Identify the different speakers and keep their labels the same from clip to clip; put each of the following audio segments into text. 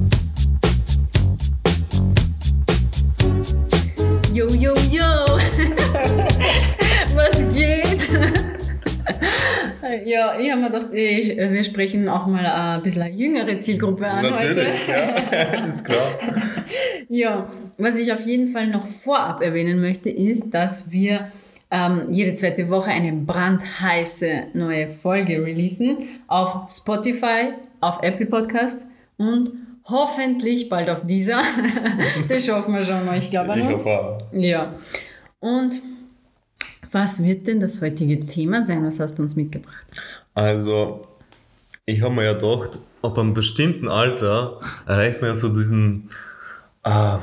Speaker 1: Ja, ich habe mir gedacht, eh, ich, äh, wir sprechen auch mal ein bisschen eine jüngere Zielgruppe an
Speaker 2: Natürlich,
Speaker 1: Ah, heute.
Speaker 2: ja, ist klar.
Speaker 1: Ja, was ich auf jeden Fall noch vorab erwähnen möchte, ist, dass wir ähm, jede zweite Woche eine brandheiße neue Folge releasen auf Spotify, auf Apple Podcast und hoffentlich bald auf dieser. das schaffen wir schon mal, ich glaube an
Speaker 2: Ich
Speaker 1: uns.
Speaker 2: hoffe auch.
Speaker 1: Ja. Und was wird denn das heutige Thema sein? Was hast du uns mitgebracht?
Speaker 2: Also, ich habe mir ja gedacht, ab einem bestimmten Alter erreicht man ja so diesen, ah,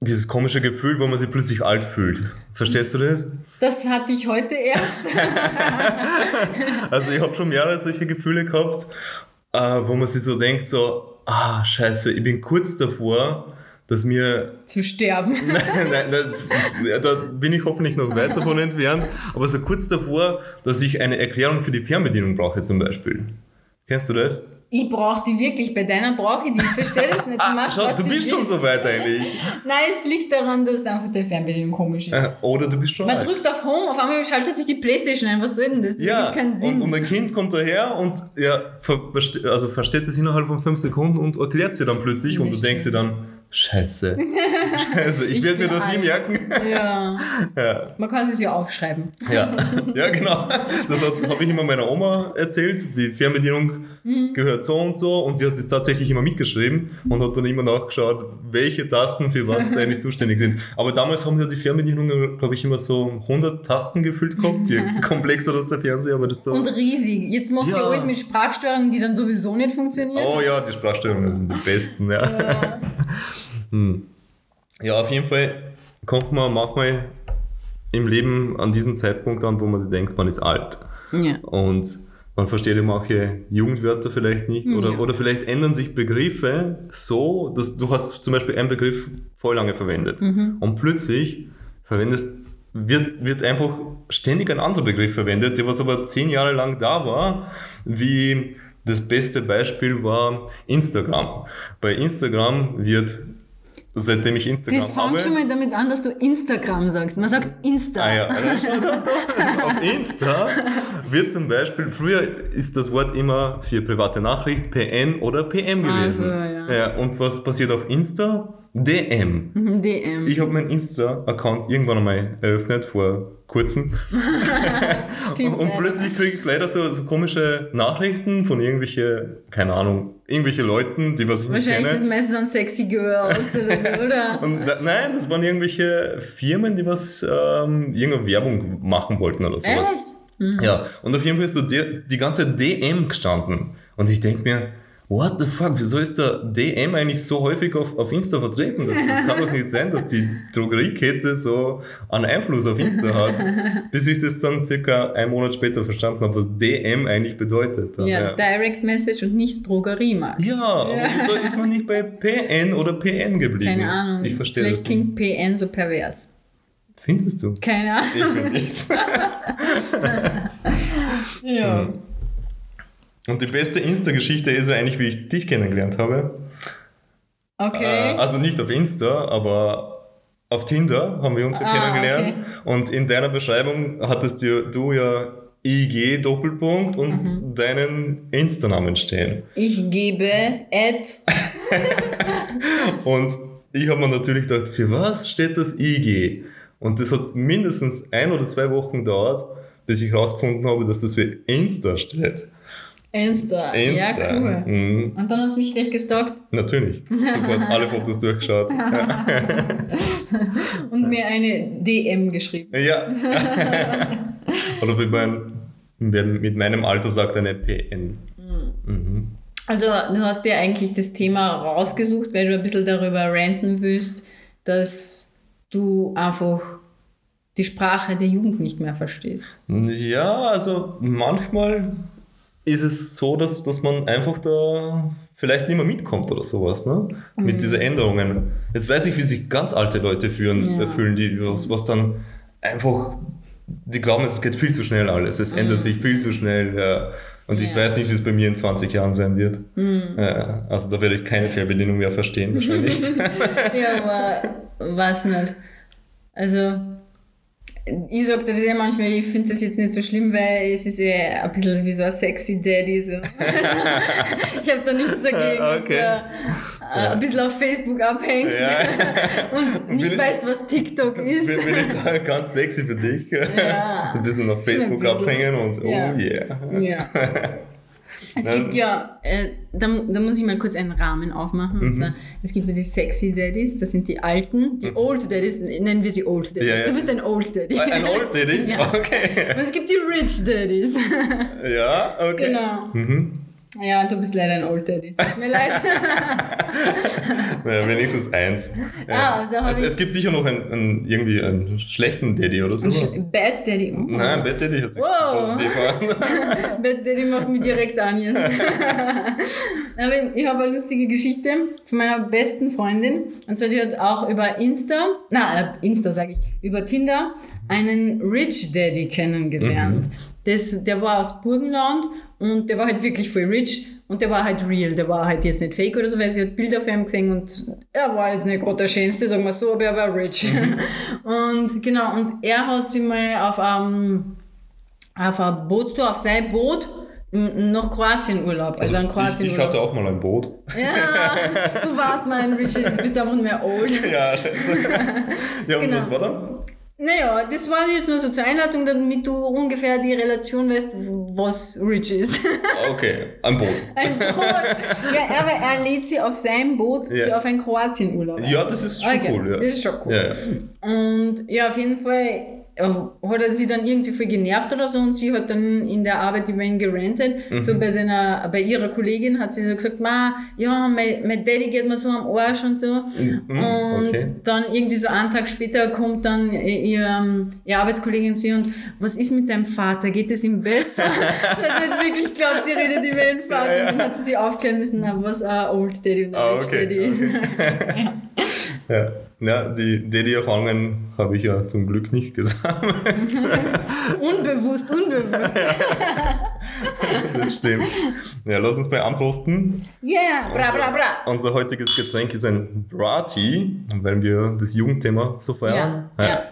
Speaker 2: dieses komische Gefühl, wo man sich plötzlich alt fühlt. Verstehst du das?
Speaker 1: Das hatte ich heute erst.
Speaker 2: Also ich habe schon mehrere solche Gefühle gehabt, äh, wo man sich so denkt, so, ah, scheiße, ich bin kurz davor, dass mir,
Speaker 1: Zu sterben.
Speaker 2: nein, nein, nein, da bin ich hoffentlich noch weit davon entfernt, aber so kurz davor, dass ich eine Erklärung für die Fernbedienung brauche zum Beispiel. Kennst du das?
Speaker 1: Ich brauche die wirklich, bei deiner brauche ich die. Ich verstehe das nicht. Ah, Du, machst,
Speaker 2: Schau,
Speaker 1: was
Speaker 2: du bist schon
Speaker 1: willst.
Speaker 2: so weit eigentlich.
Speaker 1: Nein, es liegt daran, dass einfach der Fernbedienung komisch ist.
Speaker 2: Äh, Oder du bist schon
Speaker 1: Man
Speaker 2: alt.
Speaker 1: drückt auf Home, auf einmal schaltet sich die Playstation ein. Was soll denn das? Das
Speaker 2: Ja,
Speaker 1: gibt keinen Sinn.
Speaker 2: Und, und ein Kind kommt daher und ja, ver verste- also versteht es innerhalb von fünf Sekunden und erklärt sie dann plötzlich und
Speaker 1: Das
Speaker 2: du denkst dir dann, scheiße, scheiße, ich,
Speaker 1: Ich
Speaker 2: werde mir
Speaker 1: bin
Speaker 2: das nie
Speaker 1: alt.
Speaker 2: merken.
Speaker 1: ja. Man kann es ja aufschreiben.
Speaker 2: Ja, ja genau. Das habe ich immer meiner Oma erzählt. Die Fernbedienung
Speaker 1: Mhm.
Speaker 2: gehört so und so und sie hat es tatsächlich immer mitgeschrieben und hat dann immer nachgeschaut, welche Tasten für was eigentlich zuständig sind. Aber damals haben ja die Fernbedienungen, glaube ich, immer so 100 Tasten gefüllt gehabt. Je komplexer das der Fernseher, aber das da.
Speaker 1: Und riesig. Jetzt machst
Speaker 2: Ja.
Speaker 1: du alles mit Sprachsteuerung, die dann sowieso nicht funktioniert.
Speaker 2: Oh ja, die Sprachstörungen sind die besten, ja.
Speaker 1: Ja.
Speaker 2: Hm. Ja, auf jeden Fall kommt man manchmal im Leben an diesen Zeitpunkt an, wo man sich denkt, man ist alt.
Speaker 1: ja.
Speaker 2: Und man versteht ja manche Jugendwörter vielleicht nicht. Oder,
Speaker 1: Ja.
Speaker 2: oder vielleicht ändern sich Begriffe so, dass du hast zum Beispiel einen Begriff voll lange verwendet.
Speaker 1: Mhm.
Speaker 2: Und plötzlich verwendest, wird, wird einfach ständig ein anderer Begriff verwendet, der was aber zehn Jahre lang da war, wie das beste Beispiel war Instagram. Bei Instagram wird, seitdem ich Instagram
Speaker 1: Das
Speaker 2: habe...
Speaker 1: fängt schon mal damit an, dass du Instagram sagst. Man sagt Insta.
Speaker 2: Ah ja, auf Insta wird zum Beispiel, früher ist das Wort immer für private Nachricht PN oder PM gewesen.
Speaker 1: so, ja.
Speaker 2: und was passiert auf Insta? DM.
Speaker 1: DM.
Speaker 2: Ich habe meinen Insta-Account irgendwann einmal eröffnet, vor kurzem.
Speaker 1: Stimmt.
Speaker 2: und
Speaker 1: leider.
Speaker 2: plötzlich kriege ich leider so, so komische Nachrichten von irgendwelche, keine Ahnung, irgendwelche Leuten, die was ich nicht
Speaker 1: Wahrscheinlich
Speaker 2: kenne.
Speaker 1: das meiste an Sexy Girls oder so, oder?
Speaker 2: ne? Und da, nein, das waren irgendwelche Firmen, die was ähm, irgendeine Werbung machen wollten
Speaker 1: Äh,
Speaker 2: oder sowas.
Speaker 1: Echt? Mhm.
Speaker 2: Ja, und auf jeden Fall ist da die, die ganze DM gestanden. Und ich denke mir, what the fuck, wieso ist da DM eigentlich so häufig auf, auf Insta vertreten? Das, das kann doch nicht sein, dass die Drogeriekette so einen Einfluss auf Insta hat. Bis ich das dann circa einen Monat später verstanden habe, was DM eigentlich bedeutet. Dann,
Speaker 1: Ja, Direct Message und nicht Drogeriemarkt.
Speaker 2: ja, aber wieso ist man nicht bei PN oder PM geblieben?
Speaker 1: Keine Ahnung.
Speaker 2: Ich verstehe
Speaker 1: Vielleicht
Speaker 2: das nicht.
Speaker 1: klingt PN so pervers.
Speaker 2: Findest du?
Speaker 1: Keine Ahnung.
Speaker 2: Ich finde nicht.
Speaker 1: Ja.
Speaker 2: Hm. Und die beste Insta-Geschichte ist ja eigentlich, wie ich dich kennengelernt habe.
Speaker 1: Okay.
Speaker 2: Äh, also nicht auf Insta, aber auf Tinder haben wir uns ja
Speaker 1: Ah,
Speaker 2: kennengelernt. Und in deiner Beschreibung hattest du, du ja IG Doppelpunkt und
Speaker 1: Mhm.
Speaker 2: deinen Insta-Namen stehen.
Speaker 1: ich gebe at.
Speaker 2: Und ich habe mir natürlich gedacht, für was steht das IG? Und das hat mindestens ein oder zwei Wochen gedauert, bis ich herausgefunden habe, dass das für Insta steht.
Speaker 1: Insta. Ah,
Speaker 2: Insta.
Speaker 1: Ja, cool.
Speaker 2: Mhm,
Speaker 1: Und dann hast du mich gleich gestalkt
Speaker 2: natürlich. Sofort alle Fotos durchgeschaut.
Speaker 1: und mir eine DM geschrieben.
Speaker 2: Ja. Oder wie man wer mit meinem Alter sagt, eine PN. Mhm.
Speaker 1: Also, du hast dir eigentlich das Thema rausgesucht, weil du ein bisschen darüber ranten willst, dass du einfach die Sprache der Jugend nicht mehr verstehst.
Speaker 2: Ja, also manchmal ist es so, dass, dass man einfach da vielleicht nicht mehr mitkommt oder sowas, ne?
Speaker 1: Mhm.
Speaker 2: Mit diesen Änderungen. Jetzt weiß ich, wie sich ganz alte Leute fühlen,
Speaker 1: Ja.
Speaker 2: fühlen die was, was dann einfach, die glauben, es geht viel zu schnell alles, es ändert sich viel zu schnell, ja. Und ich
Speaker 1: Mhm. Ja. Mhm.
Speaker 2: weiß nicht, wie es bei mir in 20 Jahren sein wird. Ja, also da werde ich keine Fernbedienung mehr verstehen, wahrscheinlich.
Speaker 1: Ja, aber weiß nicht. Also, ich sage das ja manchmal, ich finde das jetzt nicht so schlimm, weil es ist ja ein bisschen wie so ein sexy Daddy. So. ich habe da nichts dagegen, dass
Speaker 2: Okay.
Speaker 1: du äh, ein bisschen auf Facebook abhängst und nicht
Speaker 2: Bin-
Speaker 1: weißt, was TikTok ist.
Speaker 2: Bin, bin ich da ganz sexy für dich?
Speaker 1: Ja.
Speaker 2: Ein bisschen auf
Speaker 1: Schon ein
Speaker 2: Facebook
Speaker 1: bisschen.
Speaker 2: abhängen und oh
Speaker 1: Ja.
Speaker 2: yeah.
Speaker 1: Ja. Es
Speaker 2: Na,
Speaker 1: gibt ja, äh, da, mu- da muss ich mal kurz einen Rahmen aufmachen.
Speaker 2: Mhm.
Speaker 1: Und zwar, es gibt ja die Sexy Daddies, das sind die Alten. Die Old Daddies, nennen wir sie Old Daddies.
Speaker 2: Mhm. Ja, ja.
Speaker 1: Du bist ein Old Daddy.
Speaker 2: Ein Old Daddy? Oh.
Speaker 1: Ja.
Speaker 2: Okay.
Speaker 1: Und es gibt die Rich Daddies.
Speaker 2: Ja, okay.
Speaker 1: genau.
Speaker 2: Mhm.
Speaker 1: Ja, du bist leider ein Old Daddy. Tut mir leid.
Speaker 2: Naja, wenigstens eins.
Speaker 1: Ah, da hab
Speaker 2: es,
Speaker 1: ich-
Speaker 2: es gibt sicher noch einen, einen, irgendwie einen schlechten Daddy oder so.
Speaker 1: Bad Daddy. Oh.
Speaker 2: Nein, Bad Daddy hat sich
Speaker 1: Wow.
Speaker 2: positiv an.
Speaker 1: Bad Daddy macht mich direkt an jetzt. Aber ich habe eine lustige Geschichte von meiner besten Freundin. Und zwar, die hat auch über Insta, na, äh, Insta sage ich, über Tinder einen Rich Daddy kennengelernt.
Speaker 2: Mhm.
Speaker 1: Das, der war aus Burgenland und der war halt wirklich voll rich und der war halt real. Der war halt jetzt nicht fake oder so, weil sie hat Bilder von ihm gesehen und er war jetzt nicht gerade der Schönste, sagen wir so, aber er war rich.
Speaker 2: Mhm.
Speaker 1: und genau, und er hat sie mal auf einem auf ein Bootstour, auf sein Boot m- nach Kroatien Urlaub. Also, ein Kroatien
Speaker 2: ich, ich hatte auch mal ein Boot.
Speaker 1: Ja, du warst mal ein Richie, jetzt bist du einfach nicht mehr old.
Speaker 2: Ja, scheiße. Ja, und
Speaker 1: Genau.
Speaker 2: was war dann?
Speaker 1: Naja, das war jetzt nur so zur Einleitung, damit du ungefähr die Relation weißt, was rich ist.
Speaker 2: Ah, Okay, ein Boot.
Speaker 1: Ein Boot. Ja, aber er lädt sie auf sein Boot
Speaker 2: Ja.
Speaker 1: zu auf einen Kroatien Urlaub.
Speaker 2: Ja, das ist schon
Speaker 1: Okay,
Speaker 2: cool. Ja.
Speaker 1: das ist schon cool.
Speaker 2: Ja, ja.
Speaker 1: Und ja, auf jeden Fall äh, hat er sie dann irgendwie voll genervt oder so und sie hat dann in der Arbeit über ihn gerantet.
Speaker 2: Mhm.
Speaker 1: So bei seiner, bei ihrer Kollegin hat sie so gesagt, ma, ja, mein, mein Daddy geht mir so am Arsch und so.
Speaker 2: Mhm,
Speaker 1: Und
Speaker 2: okay.
Speaker 1: dann irgendwie so einen Tag später kommt dann äh, ihr, ähm, ihr Arbeitskollegin zu ihr und was ist mit deinem Vater? Geht es ihm besser? sie hat halt wirklich geglaubt, sie redet über ihren Vater und dann hat sie sich aufklären müssen, na, was ein Old Daddy und ein
Speaker 2: Ah,
Speaker 1: Rich
Speaker 2: okay,
Speaker 1: Daddy ist.
Speaker 2: Ja. ja, die Daddy-Erfahrungen habe ich ja zum Glück nicht gesammelt.
Speaker 1: Unbewusst, unbewusst.
Speaker 2: Das stimmt. Ja, lass uns mal anprosten.
Speaker 1: Yeah, bra bra bra.
Speaker 2: Unser heutiges Getränk ist ein Bra-Tea, weil wir das Jugendthema so feiern.
Speaker 1: Ja, ja.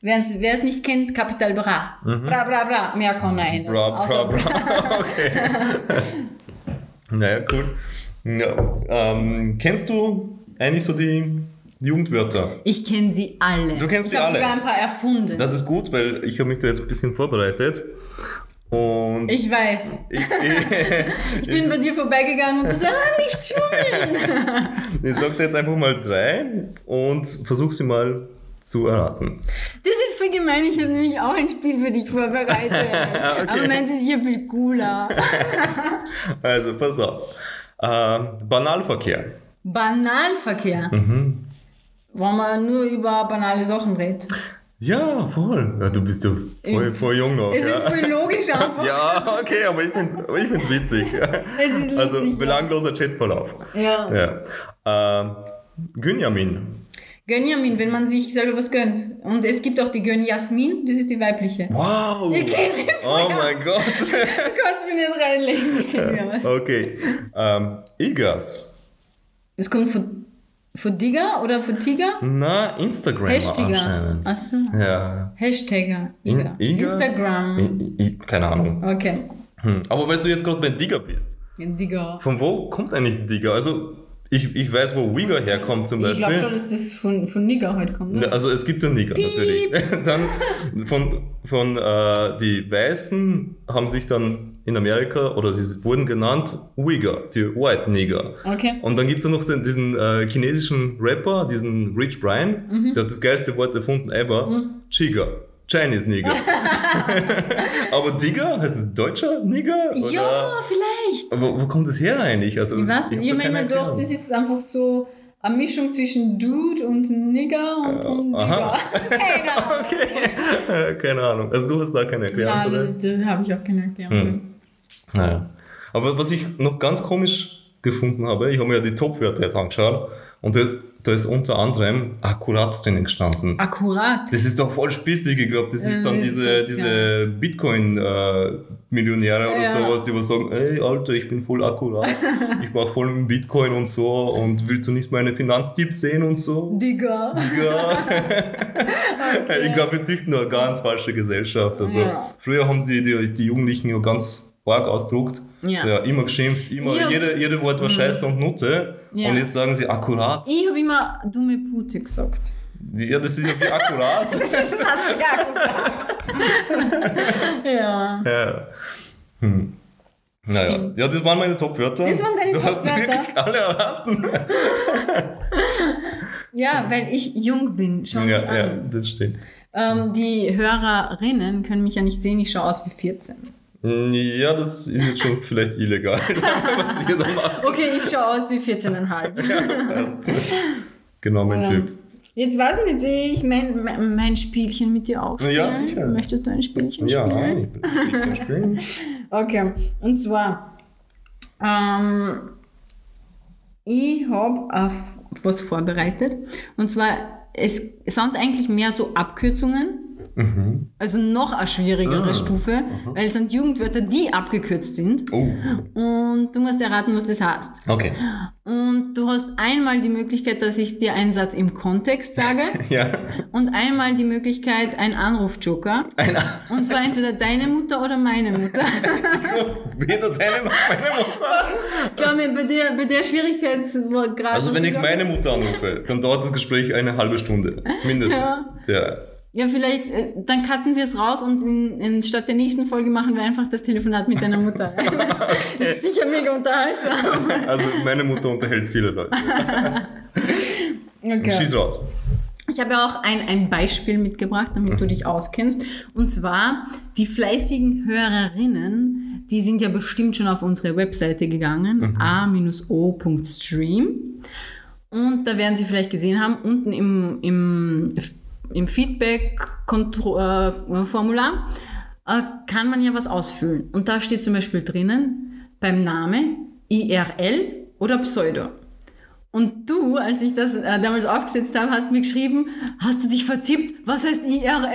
Speaker 1: Wer es wer es nicht kennt, Kapital Bra. Bra, bra, bra. Mehr kann Also, nein.
Speaker 2: Mhm. Bra, bra, bra. Okay. naja, cool. Ja, ähm, kennst du eigentlich so die Jugendwörter?
Speaker 1: Ich kenne sie alle.
Speaker 2: Du kennst
Speaker 1: ich
Speaker 2: sie
Speaker 1: hab
Speaker 2: alle?
Speaker 1: sogar ein paar erfunden.
Speaker 2: Das ist gut, weil ich habe mich da jetzt ein bisschen vorbereitet. Und
Speaker 1: ich weiß.
Speaker 2: ich,
Speaker 1: Ich
Speaker 2: ich,
Speaker 1: bin bei dir vorbeigegangen und du sagst, ah, nicht schummeln.
Speaker 2: ich sage jetzt einfach mal drei und versuche sie mal zu erraten.
Speaker 1: Das ist voll gemein. Ich habe nämlich auch ein Spiel für dich vorbereitet. Aber meins ist hier viel cooler.
Speaker 2: Also, pass auf. Äh, Banalverkehr.
Speaker 1: Banalverkehr.
Speaker 2: Mhm.
Speaker 1: Wollen wir nur über banale Sachen reden.
Speaker 2: Ja, voll. Ja, du bist ja voll, voll jung noch.
Speaker 1: Es
Speaker 2: ja.
Speaker 1: ist voll logisch einfach.
Speaker 2: ja, okay, aber ich finde es witzig.
Speaker 1: Es ist
Speaker 2: Also,
Speaker 1: lustig,
Speaker 2: belangloser Chatverlauf.
Speaker 1: ja.
Speaker 2: Ja. Ähm, Günjamin.
Speaker 1: Gönjamin, wenn man sich selber was gönnt. Und es gibt auch die Gönn Jasmin, das ist die weibliche.
Speaker 2: Wow! Oh mein Oh Gott!
Speaker 1: Du kannst mir nicht reinlegen, ich kenn mir was.
Speaker 2: Okay. Ähm, Igas.
Speaker 1: Das kommt von, von Digger oder von Tiger?
Speaker 2: Na, Instagram
Speaker 1: Hashtiger.
Speaker 2: anscheinend.
Speaker 1: Achso.
Speaker 2: Hm. Ja.
Speaker 1: Hashtagger. Iger.
Speaker 2: Igas?
Speaker 1: Instagram.
Speaker 2: I, I, keine Ahnung.
Speaker 1: Okay.
Speaker 2: Hm. Aber weil du jetzt gerade bei Digger bist.
Speaker 1: Digger.
Speaker 2: Von wo kommt eigentlich Digger? Also, ich, ich weiß, wo Uyghur herkommt zum
Speaker 1: Ich glaube
Speaker 2: Beispiel.
Speaker 1: schon, dass das von, von Nigger heute kommt. Ne?
Speaker 2: also es gibt den Nigger natürlich. Dann von, von äh, die Weißen haben sich dann in Amerika, oder sie wurden genannt Uyghur für White Nigger.
Speaker 1: Okay.
Speaker 2: Und dann gibt es noch so diesen äh, chinesischen Rapper, diesen Rich Brian,
Speaker 1: Mhm.
Speaker 2: der hat das geilste Wort erfunden ever: Chiga. Chinese Nigger. Aber Digger? Heißt es deutscher Nigger? Oder?
Speaker 1: Ja, vielleicht.
Speaker 2: Aber wo kommt das her eigentlich? Also,
Speaker 1: Was?
Speaker 2: hab
Speaker 1: Ich,
Speaker 2: da keine
Speaker 1: meine doch,
Speaker 2: Erklärung.
Speaker 1: das ist einfach so eine Mischung zwischen Dude und Nigger und, und Digger.
Speaker 2: aha.
Speaker 1: Keine Ahnung.
Speaker 2: Okay, äh, keine Ahnung. Also du hast da keine Erklärung,
Speaker 1: Ja,
Speaker 2: oder? Hm.
Speaker 1: das, das habe ich auch keine Erklärung.
Speaker 2: Naja. Aber was ich noch ganz komisch gefunden habe. Ich habe mir ja die Top-Werte jetzt angeschaut und da, da ist unter anderem akkurat drinnen gestanden.
Speaker 1: Akkurat.
Speaker 2: Das ist doch voll spießig, ich glaube, das ist
Speaker 1: Ah. Ja,
Speaker 2: dann
Speaker 1: das
Speaker 2: diese,
Speaker 1: ist so,
Speaker 2: diese Bitcoin-Millionäre oder
Speaker 1: Ja.
Speaker 2: sowas, die was sagen, ey Alter, ich bin voll akkurat, ich mache voll mit Bitcoin und so und willst du nicht meine Finanztipps sehen und so?
Speaker 1: Digga.
Speaker 2: Ja. Ich glaube, wir züchten eine ganz falsche Gesellschaft. Also
Speaker 1: Ja.
Speaker 2: früher haben sie die, die Jugendlichen ja ganz arg ausdruckt.
Speaker 1: Ja.
Speaker 2: Ja. immer geschimpft, immer,
Speaker 1: Ja. Mhm.
Speaker 2: jede, jede Wort war Scheiße und Nutte.
Speaker 1: Ja.
Speaker 2: Und jetzt sagen sie akkurat.
Speaker 1: Ich habe immer dumme Pute gesagt.
Speaker 2: Ja, das ist ja wie akkurat.
Speaker 1: Das ist was, ja, gut. ja.
Speaker 2: Ja. Hm. Naja,
Speaker 1: Stimmt.
Speaker 2: ja, das waren meine Top-Wörter.
Speaker 1: Das waren deine
Speaker 2: Du hast
Speaker 1: Top-Wörter.
Speaker 2: wirklich alle erraten.
Speaker 1: Ja, weil ich jung bin. Schau mich
Speaker 2: Ja,
Speaker 1: an.
Speaker 2: ja, das stimmt.
Speaker 1: Ähm, die Hörerinnen können mich ja nicht sehen, ich schaue aus wie 14.
Speaker 2: Ja, das ist jetzt schon vielleicht illegal, was wir da machen.
Speaker 1: Okay, ich schaue aus wie 14,5.
Speaker 2: Genau mein Typ.
Speaker 1: Ähm, Jetzt weiß ich nicht, sehe ich mein, mein mein Spielchen mit dir auch spielen?
Speaker 2: Ja, sicher.
Speaker 1: Möchtest du ein Spielchen
Speaker 2: Ja,
Speaker 1: spielen?
Speaker 2: ich bin ein spielen.
Speaker 1: Okay, und zwar, ähm, ich habe was vorbereitet. Und zwar, es sind eigentlich mehr so Abkürzungen,
Speaker 2: Mhm.
Speaker 1: also noch eine schwierigere
Speaker 2: Ah,
Speaker 1: Stufe, weil es sind Jugendwörter, die abgekürzt sind.
Speaker 2: Oh,
Speaker 1: Und du musst erraten, was das heißt.
Speaker 2: okay.
Speaker 1: Und du hast einmal die Möglichkeit, dass ich dir einen Satz im Kontext sage
Speaker 2: Ja,
Speaker 1: und einmal die Möglichkeit, ein Anruf-Joker. Und zwar entweder deine Mutter oder meine Mutter.
Speaker 2: weder deine noch meine Mutter.
Speaker 1: Glaub mir, bei der, bei der Schwierigkeitsgrad.
Speaker 2: Also
Speaker 1: was
Speaker 2: wenn
Speaker 1: ich
Speaker 2: ich
Speaker 1: glaub-
Speaker 2: meine Mutter anrufe, dann dauert das Gespräch eine halbe Stunde, mindestens. Ja.
Speaker 1: Ja, vielleicht, äh, dann cutten wir es raus und in, in, statt der nächsten Folge machen wir einfach das Telefonat mit deiner Mutter. Das ist sicher mega unterhaltsam.
Speaker 2: Also meine Mutter unterhält viele Leute.
Speaker 1: Okay.
Speaker 2: Schieß raus.
Speaker 1: Ich habe ja auch ein, ein Beispiel mitgebracht, damit du dich auskennst. Und zwar die fleißigen Hörerinnen, die sind ja bestimmt schon auf unsere Webseite gegangen, a-o.stream. Und da werden sie vielleicht gesehen haben, unten im, im, im Feedback-Formular äh, kann man ja was ausfüllen. Und da steht zum Beispiel drinnen beim Name IRL oder Pseudo. Und du, als ich das äh, damals aufgesetzt habe, hast mir geschrieben, hast du dich vertippt? Was heißt IRL?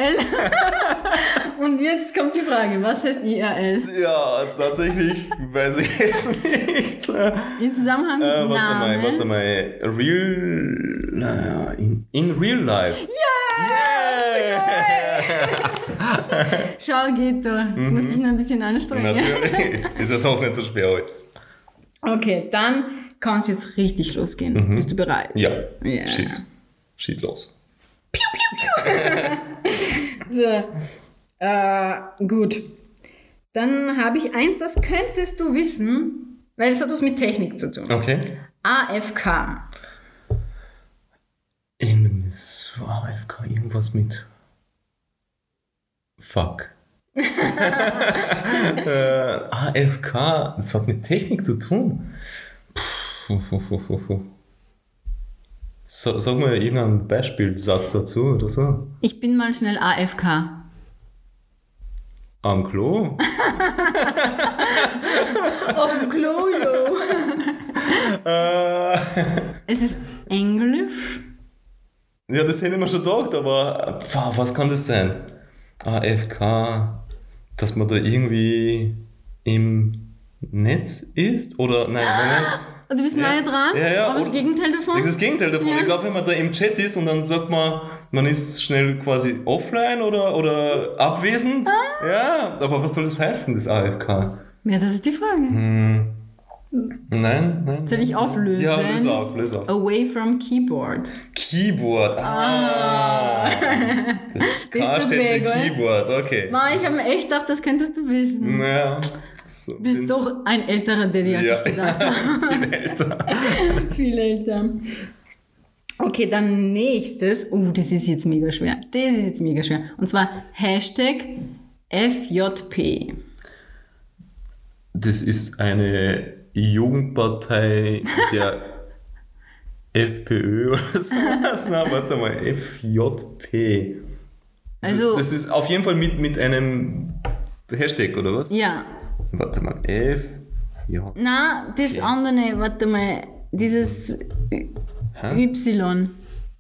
Speaker 1: Und jetzt kommt die Frage, was heißt IRL?
Speaker 2: Ja, tatsächlich weiß ich es nicht. Äh,
Speaker 1: Im Zusammenhang mit
Speaker 2: warte
Speaker 1: Name.
Speaker 2: mal, warte mal. Real. Naja, in, in real life. Yeah!
Speaker 1: Schau, geht doch. Musst dich nur ein bisschen anstrengen.
Speaker 2: Mhm. Natürlich. Ist ja doch nicht so schwer als.
Speaker 1: Okay, dann kann es jetzt richtig losgehen. Bist du bereit?
Speaker 2: Mhm. Ja.
Speaker 1: Ja.
Speaker 2: Schieß. Schieß los.
Speaker 1: So. Äh, gut. Dann habe ich eins, das könntest du wissen, weil es hat was mit Technik zu tun.
Speaker 2: Okay.
Speaker 1: AFK.
Speaker 2: Eben ist AFK irgendwas mit. Fuck. äh, AFK, das hat mit Technik zu tun. Puh, puh, puh, puh, puh. So, sag mal irgendeinen Beispielsatz dazu oder so.
Speaker 1: Ich bin mal schnell AFK.
Speaker 2: Am Klo?
Speaker 1: Auf dem Klo, yo.
Speaker 2: äh,
Speaker 1: Es ist Englisch.
Speaker 2: Ja, das hätte ich mir schon gedacht, aber äh, pfa, was kann das sein? AFK, dass man da irgendwie im Netz ist? Oder nein, nein, nein.
Speaker 1: Und du bist
Speaker 2: Ja.
Speaker 1: nahe dran,
Speaker 2: Ja, ja,
Speaker 1: aber das
Speaker 2: und-
Speaker 1: Gegenteil
Speaker 2: Das
Speaker 1: davon.
Speaker 2: ist das Gegenteil davon.
Speaker 1: Ja.
Speaker 2: Ich glaube, wenn man da im Chat ist und dann sagt man, man ist schnell quasi offline oder, oder abwesend.
Speaker 1: Ah.
Speaker 2: Ja, aber was soll das heißen, das AFK?
Speaker 1: ja, das ist die
Speaker 2: Hm.
Speaker 1: Frage.
Speaker 2: Nein, nein.
Speaker 1: Soll ich auflösen?
Speaker 2: Ja, löse auf, löse auf.
Speaker 1: Away from Keyboard.
Speaker 2: Keyboard. Ah. Das
Speaker 1: Bist
Speaker 2: K
Speaker 1: du
Speaker 2: steht
Speaker 1: Gregor?
Speaker 2: für Keyboard, okay.
Speaker 1: Ma, ich habe mir echt gedacht, das könntest du wissen.
Speaker 2: Naja. So,
Speaker 1: Du
Speaker 2: bin-
Speaker 1: bist doch ein älterer Daddy, als
Speaker 2: Hm. Ja.
Speaker 1: ich gedacht habe.
Speaker 2: Viel älter.
Speaker 1: Viel älter. Okay, dann nächstes. Oh, das ist jetzt mega schwer. Das ist jetzt mega schwer. Und zwar Hashtag FJP.
Speaker 2: Das ist eine Jugendpartei der FPÖ oder so. Na, warte mal, FJP.
Speaker 1: Also,
Speaker 2: das, das ist auf jeden Fall mit, mit einem Hashtag, oder was?
Speaker 1: ja.
Speaker 2: Warte mal, F. Ja.
Speaker 3: Na, das andere, warte mal, dieses
Speaker 2: Hä?
Speaker 3: Y.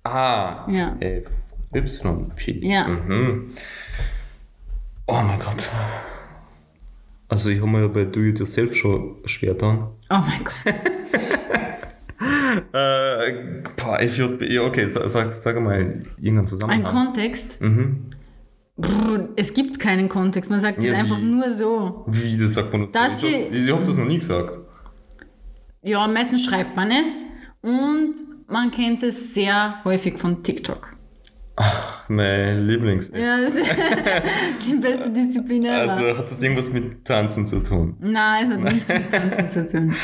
Speaker 2: Ah,
Speaker 3: Ja.
Speaker 2: F, Y, P.
Speaker 3: Ja.
Speaker 2: Mhm. Oh mein Gott. Also ich habe mir ja bei Do It Yourself schon schwer getan.
Speaker 3: Oh mein Gott.
Speaker 2: Äh, boah, FJB, ja, okay, sa- sag, sag mal irgendeinen
Speaker 1: Ein
Speaker 2: Zusammenhang.
Speaker 1: Kontext?
Speaker 2: Ah. Mhm.
Speaker 1: Brr, es gibt keinen Kontext. Man sagt es
Speaker 2: Ja,
Speaker 1: einfach
Speaker 2: wie?
Speaker 1: nur so.
Speaker 2: Wie, das sagt man das?
Speaker 1: Das
Speaker 2: ich
Speaker 1: hier-
Speaker 2: hab- ich habe das noch nie gesagt.
Speaker 1: Ja, meistens schreibt man es und man kennt es sehr häufig von TikTok.
Speaker 2: Mein Lieblings.
Speaker 1: Ja, das ist die beste Disziplin ever.
Speaker 2: Also hat das irgendwas mit Tanzen zu tun?
Speaker 1: Nein, es hat nichts mit Tanzen zu tun.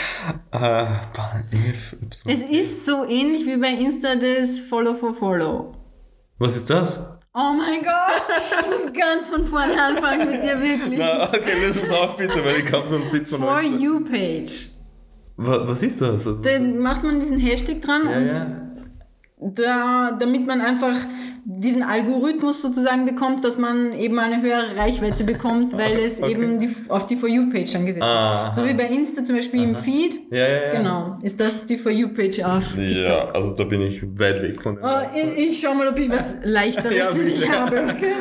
Speaker 2: Ah, boah, F, Y.
Speaker 1: Es ist so ähnlich wie bei Insta das Follow for Follow.
Speaker 2: Was ist das?
Speaker 1: Oh mein Gott, ich muss ganz von vorne anfangen mit dir wirklich.
Speaker 2: Na, okay, löse es auf bitte, weil ich glaube, sonst sitzt man
Speaker 1: For
Speaker 2: noch nicht-
Speaker 1: You Page.
Speaker 2: Wa- Was ist das? Also,
Speaker 1: Dann macht man diesen Hashtag dran
Speaker 2: ja,
Speaker 1: und
Speaker 2: ja.
Speaker 1: da, damit man einfach diesen Algorithmus sozusagen bekommt, dass man eben eine höhere Reichweite bekommt, weil es
Speaker 2: Okay.
Speaker 1: eben die, auf die For You-Page angesetzt wird.
Speaker 2: Aha.
Speaker 1: So wie bei Insta zum Beispiel im Feed.
Speaker 2: Ja, ja, ja.
Speaker 1: Genau, ist das die For You-Page auf TikTok.
Speaker 2: Ja, also da bin ich weit weg von dem.
Speaker 1: Oh, ich, ich schau mal, ob ich was Leichteres
Speaker 2: Ja,
Speaker 1: für dich
Speaker 2: bitte.
Speaker 1: habe. Okay?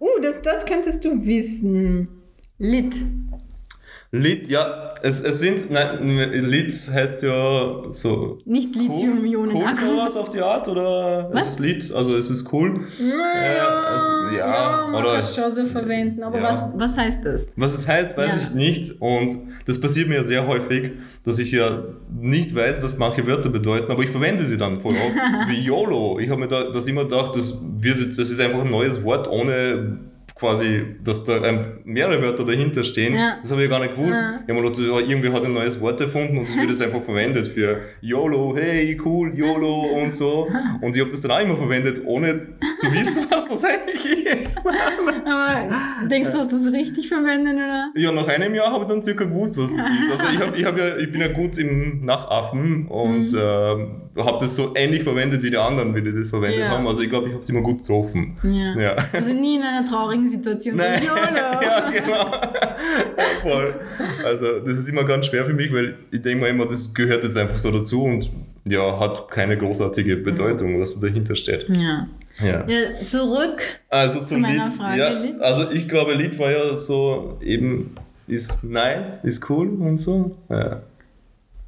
Speaker 1: Uh, das, das könntest du wissen. Lit.
Speaker 2: Lit, ja, es, es sind, nein, Lit heißt ja so.
Speaker 1: Nicht
Speaker 2: cool
Speaker 1: Lithium-Ionen-Akku.
Speaker 2: sowas auf die Art oder es ist Lit, also es ist cool.
Speaker 1: Naja,
Speaker 2: Ja, Äh, es, ja,
Speaker 1: man
Speaker 2: oder
Speaker 1: kann es schon so verwenden. Aber
Speaker 2: Ja.
Speaker 1: was, was heißt das?
Speaker 2: Was es heißt, weiß
Speaker 1: Ja.
Speaker 2: ich nicht. Und das passiert mir sehr häufig, dass ich ja nicht weiß, was manche Wörter bedeuten, aber ich verwende sie dann voll oft. Wie YOLO. Ich habe mir da, das immer gedacht, das, wird, das ist einfach ein neues Wort, ohne quasi, dass da ähm, mehrere Wörter dahinter stehen.
Speaker 1: Ja.
Speaker 2: Das habe ich gar nicht gewusst. Ich habe mir gedacht, ja, irgendwer hat ein neues Wort erfunden und das wird jetzt einfach verwendet für YOLO, hey, cool, YOLO und so. Und ich habe das dann auch immer verwendet, ohne zu wissen, was das eigentlich ist.
Speaker 1: Aber denkst du, hast du es richtig verwendet, oder?
Speaker 2: Ja, nach einem Jahr habe ich dann circa gewusst, was das ist. Also ich, hab, ich, hab ja, ich bin ja gut im Nachaffen und
Speaker 1: Mhm.
Speaker 2: ähm, habe das so ähnlich verwendet wie die anderen, wie die das verwendet
Speaker 1: Ja.
Speaker 2: haben. Also ich glaube, ich habe es immer gut getroffen.
Speaker 1: Ja.
Speaker 2: Ja.
Speaker 1: Also nie in einer traurigen Situation.
Speaker 2: Nein.
Speaker 1: So, YOLO.
Speaker 2: ja, genau. Voll. Also das ist immer ganz schwer für mich, weil ich denke mir immer, das gehört jetzt einfach so dazu und ja, hat keine großartige Bedeutung, was da dahinter steht.
Speaker 1: Ja.
Speaker 2: Ja.
Speaker 1: ja. Zurück.
Speaker 2: Also zum Lied.
Speaker 1: meiner Frage,
Speaker 2: ja,
Speaker 1: Lied?
Speaker 2: Also ich glaube, Lied war ja so eben ist nice, ist cool und so. Ja.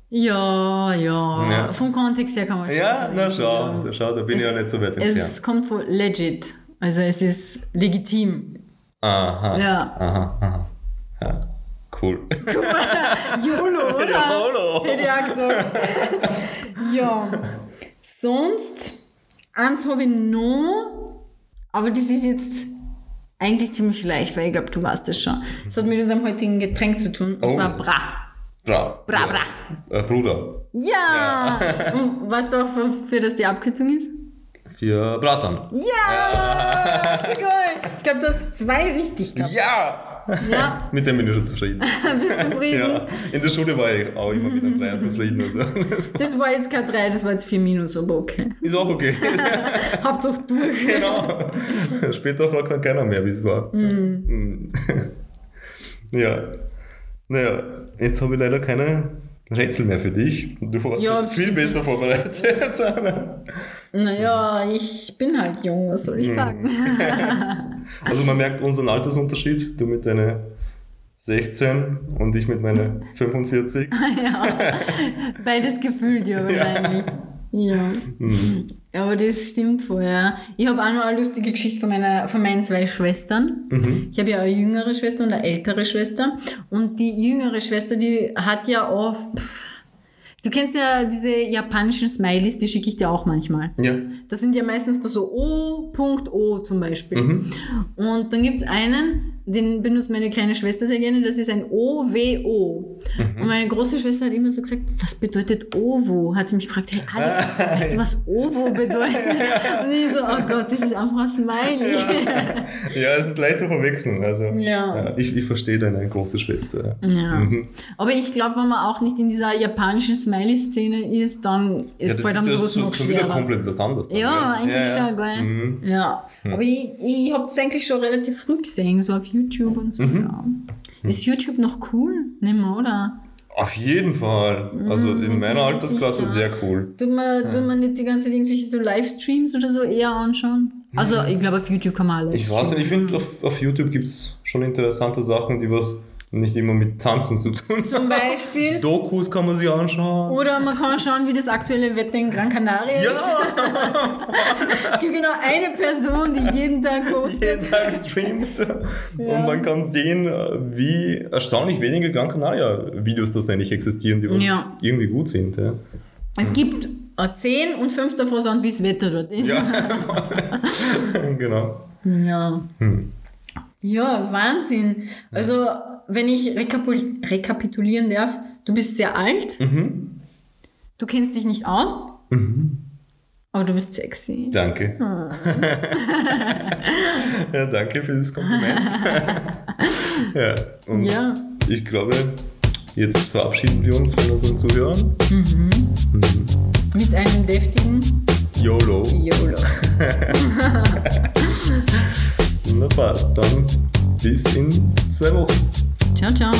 Speaker 1: Ja, ja,
Speaker 2: Ja.
Speaker 1: Vom Kontext her kann man schon
Speaker 2: Ja,
Speaker 1: sagen.
Speaker 2: na schau, da, schau, da bin ich ja nicht so weit
Speaker 1: Es
Speaker 2: entfernt.
Speaker 1: kommt von legit. Also es ist legitim.
Speaker 2: Aha.
Speaker 1: Ja.
Speaker 2: Aha, aha. Ja. Cool.
Speaker 1: YOLO, oder?
Speaker 2: YOLO.
Speaker 1: Hätte ich auch gesagt. ja. Sonst, eins habe ich noch, aber das ist jetzt eigentlich ziemlich leicht, weil ich glaube, du weißt es schon. Es hat mit unserem heutigen Getränk zu tun, und
Speaker 2: Oh.
Speaker 1: zwar Bra.
Speaker 2: Bra.
Speaker 1: Bra,
Speaker 2: Äh, Bruder.
Speaker 1: Ja! und weißt du auch, für, für das die Abkürzung ist?
Speaker 2: Für Bratan.
Speaker 1: Ja! So geil. Ich glaube, du hast zwei richtig gehabt.
Speaker 2: Ja!
Speaker 1: Ja,
Speaker 2: Mit dem bin ich schon zufrieden.
Speaker 1: bist du zufrieden.
Speaker 2: ja. In der Schule war ich auch immer mit einem Dreier zufrieden. Also. das war-
Speaker 1: Das war jetzt kein 3, das war jetzt 4 minus, aber okay.
Speaker 2: Ist auch okay.
Speaker 1: Hauptsache durch.
Speaker 2: genau. Später fragt dann keiner mehr, wie es war. Mm. ja. Naja, jetzt habe ich leider keine Rätsel mehr für dich. Du warst
Speaker 1: Ja,
Speaker 2: ja viel besser vorbereitet.
Speaker 1: Naja, ich bin halt jung, was soll ich sagen?
Speaker 2: also man merkt unseren Altersunterschied. Du mit deiner 16 und ich mit meiner 45.
Speaker 1: Beides gefühlt ja wahrscheinlich. Mhm. Ja. Aber das stimmt vorher. Ich habe auch noch eine lustige Geschichte von, meiner, von meinen zwei Schwestern.
Speaker 2: Mhm.
Speaker 1: Ich habe ja eine jüngere Schwester und eine ältere Schwester. Und die jüngere Schwester, die hat ja oft. Pff, du kennst ja diese japanischen Smileys, die schicke ich dir auch manchmal.
Speaker 2: Ja.
Speaker 1: Das sind ja meistens da so O.O zum Beispiel.
Speaker 2: Mhm.
Speaker 1: Und dann gibt es einen, den benutzt meine kleine Schwester sehr gerne, das ist ein OWO.
Speaker 2: Mhm.
Speaker 1: Und meine große Schwester hat immer so gesagt, was bedeutet OWO? Hat sie mich gefragt, hey Alex, weißt du, was OWO bedeutet? Und ich so, oh Gott, das ist einfach ein Smiley.
Speaker 2: Ja, es ist leicht zu verwechseln. Also,
Speaker 1: Ja.
Speaker 2: ich, ich verstehe deine große Schwester.
Speaker 1: Ja.
Speaker 2: Mhm.
Speaker 1: Aber ich glaube, wenn man auch nicht in dieser japanischen Smiley-Szene ist, dann
Speaker 2: Ja,
Speaker 1: ist
Speaker 2: das
Speaker 1: vor allem
Speaker 2: ist ja
Speaker 1: sowas
Speaker 2: schon-
Speaker 1: noch
Speaker 2: schon wieder
Speaker 1: schwerer.
Speaker 2: komplett was anderes. dann,
Speaker 1: Ja,
Speaker 2: gell?
Speaker 1: eigentlich
Speaker 2: Ja, ja.
Speaker 1: schon geil.
Speaker 2: Mhm.
Speaker 1: Ja, aber ich, ich habe das eigentlich schon relativ
Speaker 2: Mhm.
Speaker 1: früh gesehen, so auf YouTube und so. Ja. Ist YouTube noch cool? Nimmer, oder?
Speaker 2: Auf jeden Fall. Also
Speaker 1: Mhm,
Speaker 2: in meiner
Speaker 3: definitiv,
Speaker 2: Altersklasse
Speaker 3: ja.
Speaker 2: sehr cool.
Speaker 1: Tut man, tut man nicht die ganze Zeit irgendwelche so Livestreams oder so eher anschauen? Also, ich glaube, auf YouTube kann man auch
Speaker 2: Mhm. Ich weiß nicht, ich
Speaker 1: Mhm.
Speaker 2: finde, auf, auf YouTube gibt es schon interessante Sachen, die was nicht immer mit Tanzen zu tun
Speaker 1: Zum
Speaker 2: haben.
Speaker 1: Beispiel.
Speaker 2: Dokus kann man sich anschauen.
Speaker 1: Oder man kann schauen, wie das aktuelle Wetter in Gran Canaria ist.
Speaker 2: Ja,
Speaker 1: Es gibt genau eine Person, die jeden Tag postet.
Speaker 2: jeden Tag streamt. Und man kann sehen, wie erstaunlich wenige Gran Canaria-Videos tatsächlich existieren, die was
Speaker 1: Ja.
Speaker 2: irgendwie gut sind. Ja.
Speaker 1: Es gibt äh, 10 und 5 davon sind, wie das Wetter dort ist.
Speaker 2: genau.
Speaker 1: Ja. Ja, Wahnsinn. Also, wenn ich rekapul- rekapitulieren darf, du bist sehr alt,
Speaker 2: Mhm.
Speaker 1: du kennst dich nicht aus, aber du bist sexy.
Speaker 2: Danke.
Speaker 1: Hm.
Speaker 2: ja, danke für das Kompliment. ja, und
Speaker 1: Ja.
Speaker 2: ich glaube, jetzt verabschieden wir uns von unseren Zuhörern.
Speaker 1: Mit einem deftigen
Speaker 2: YOLO.
Speaker 1: YOLO.
Speaker 2: Wunderbar. Dann bis in zwei Wochen.
Speaker 1: Ciao, ciao.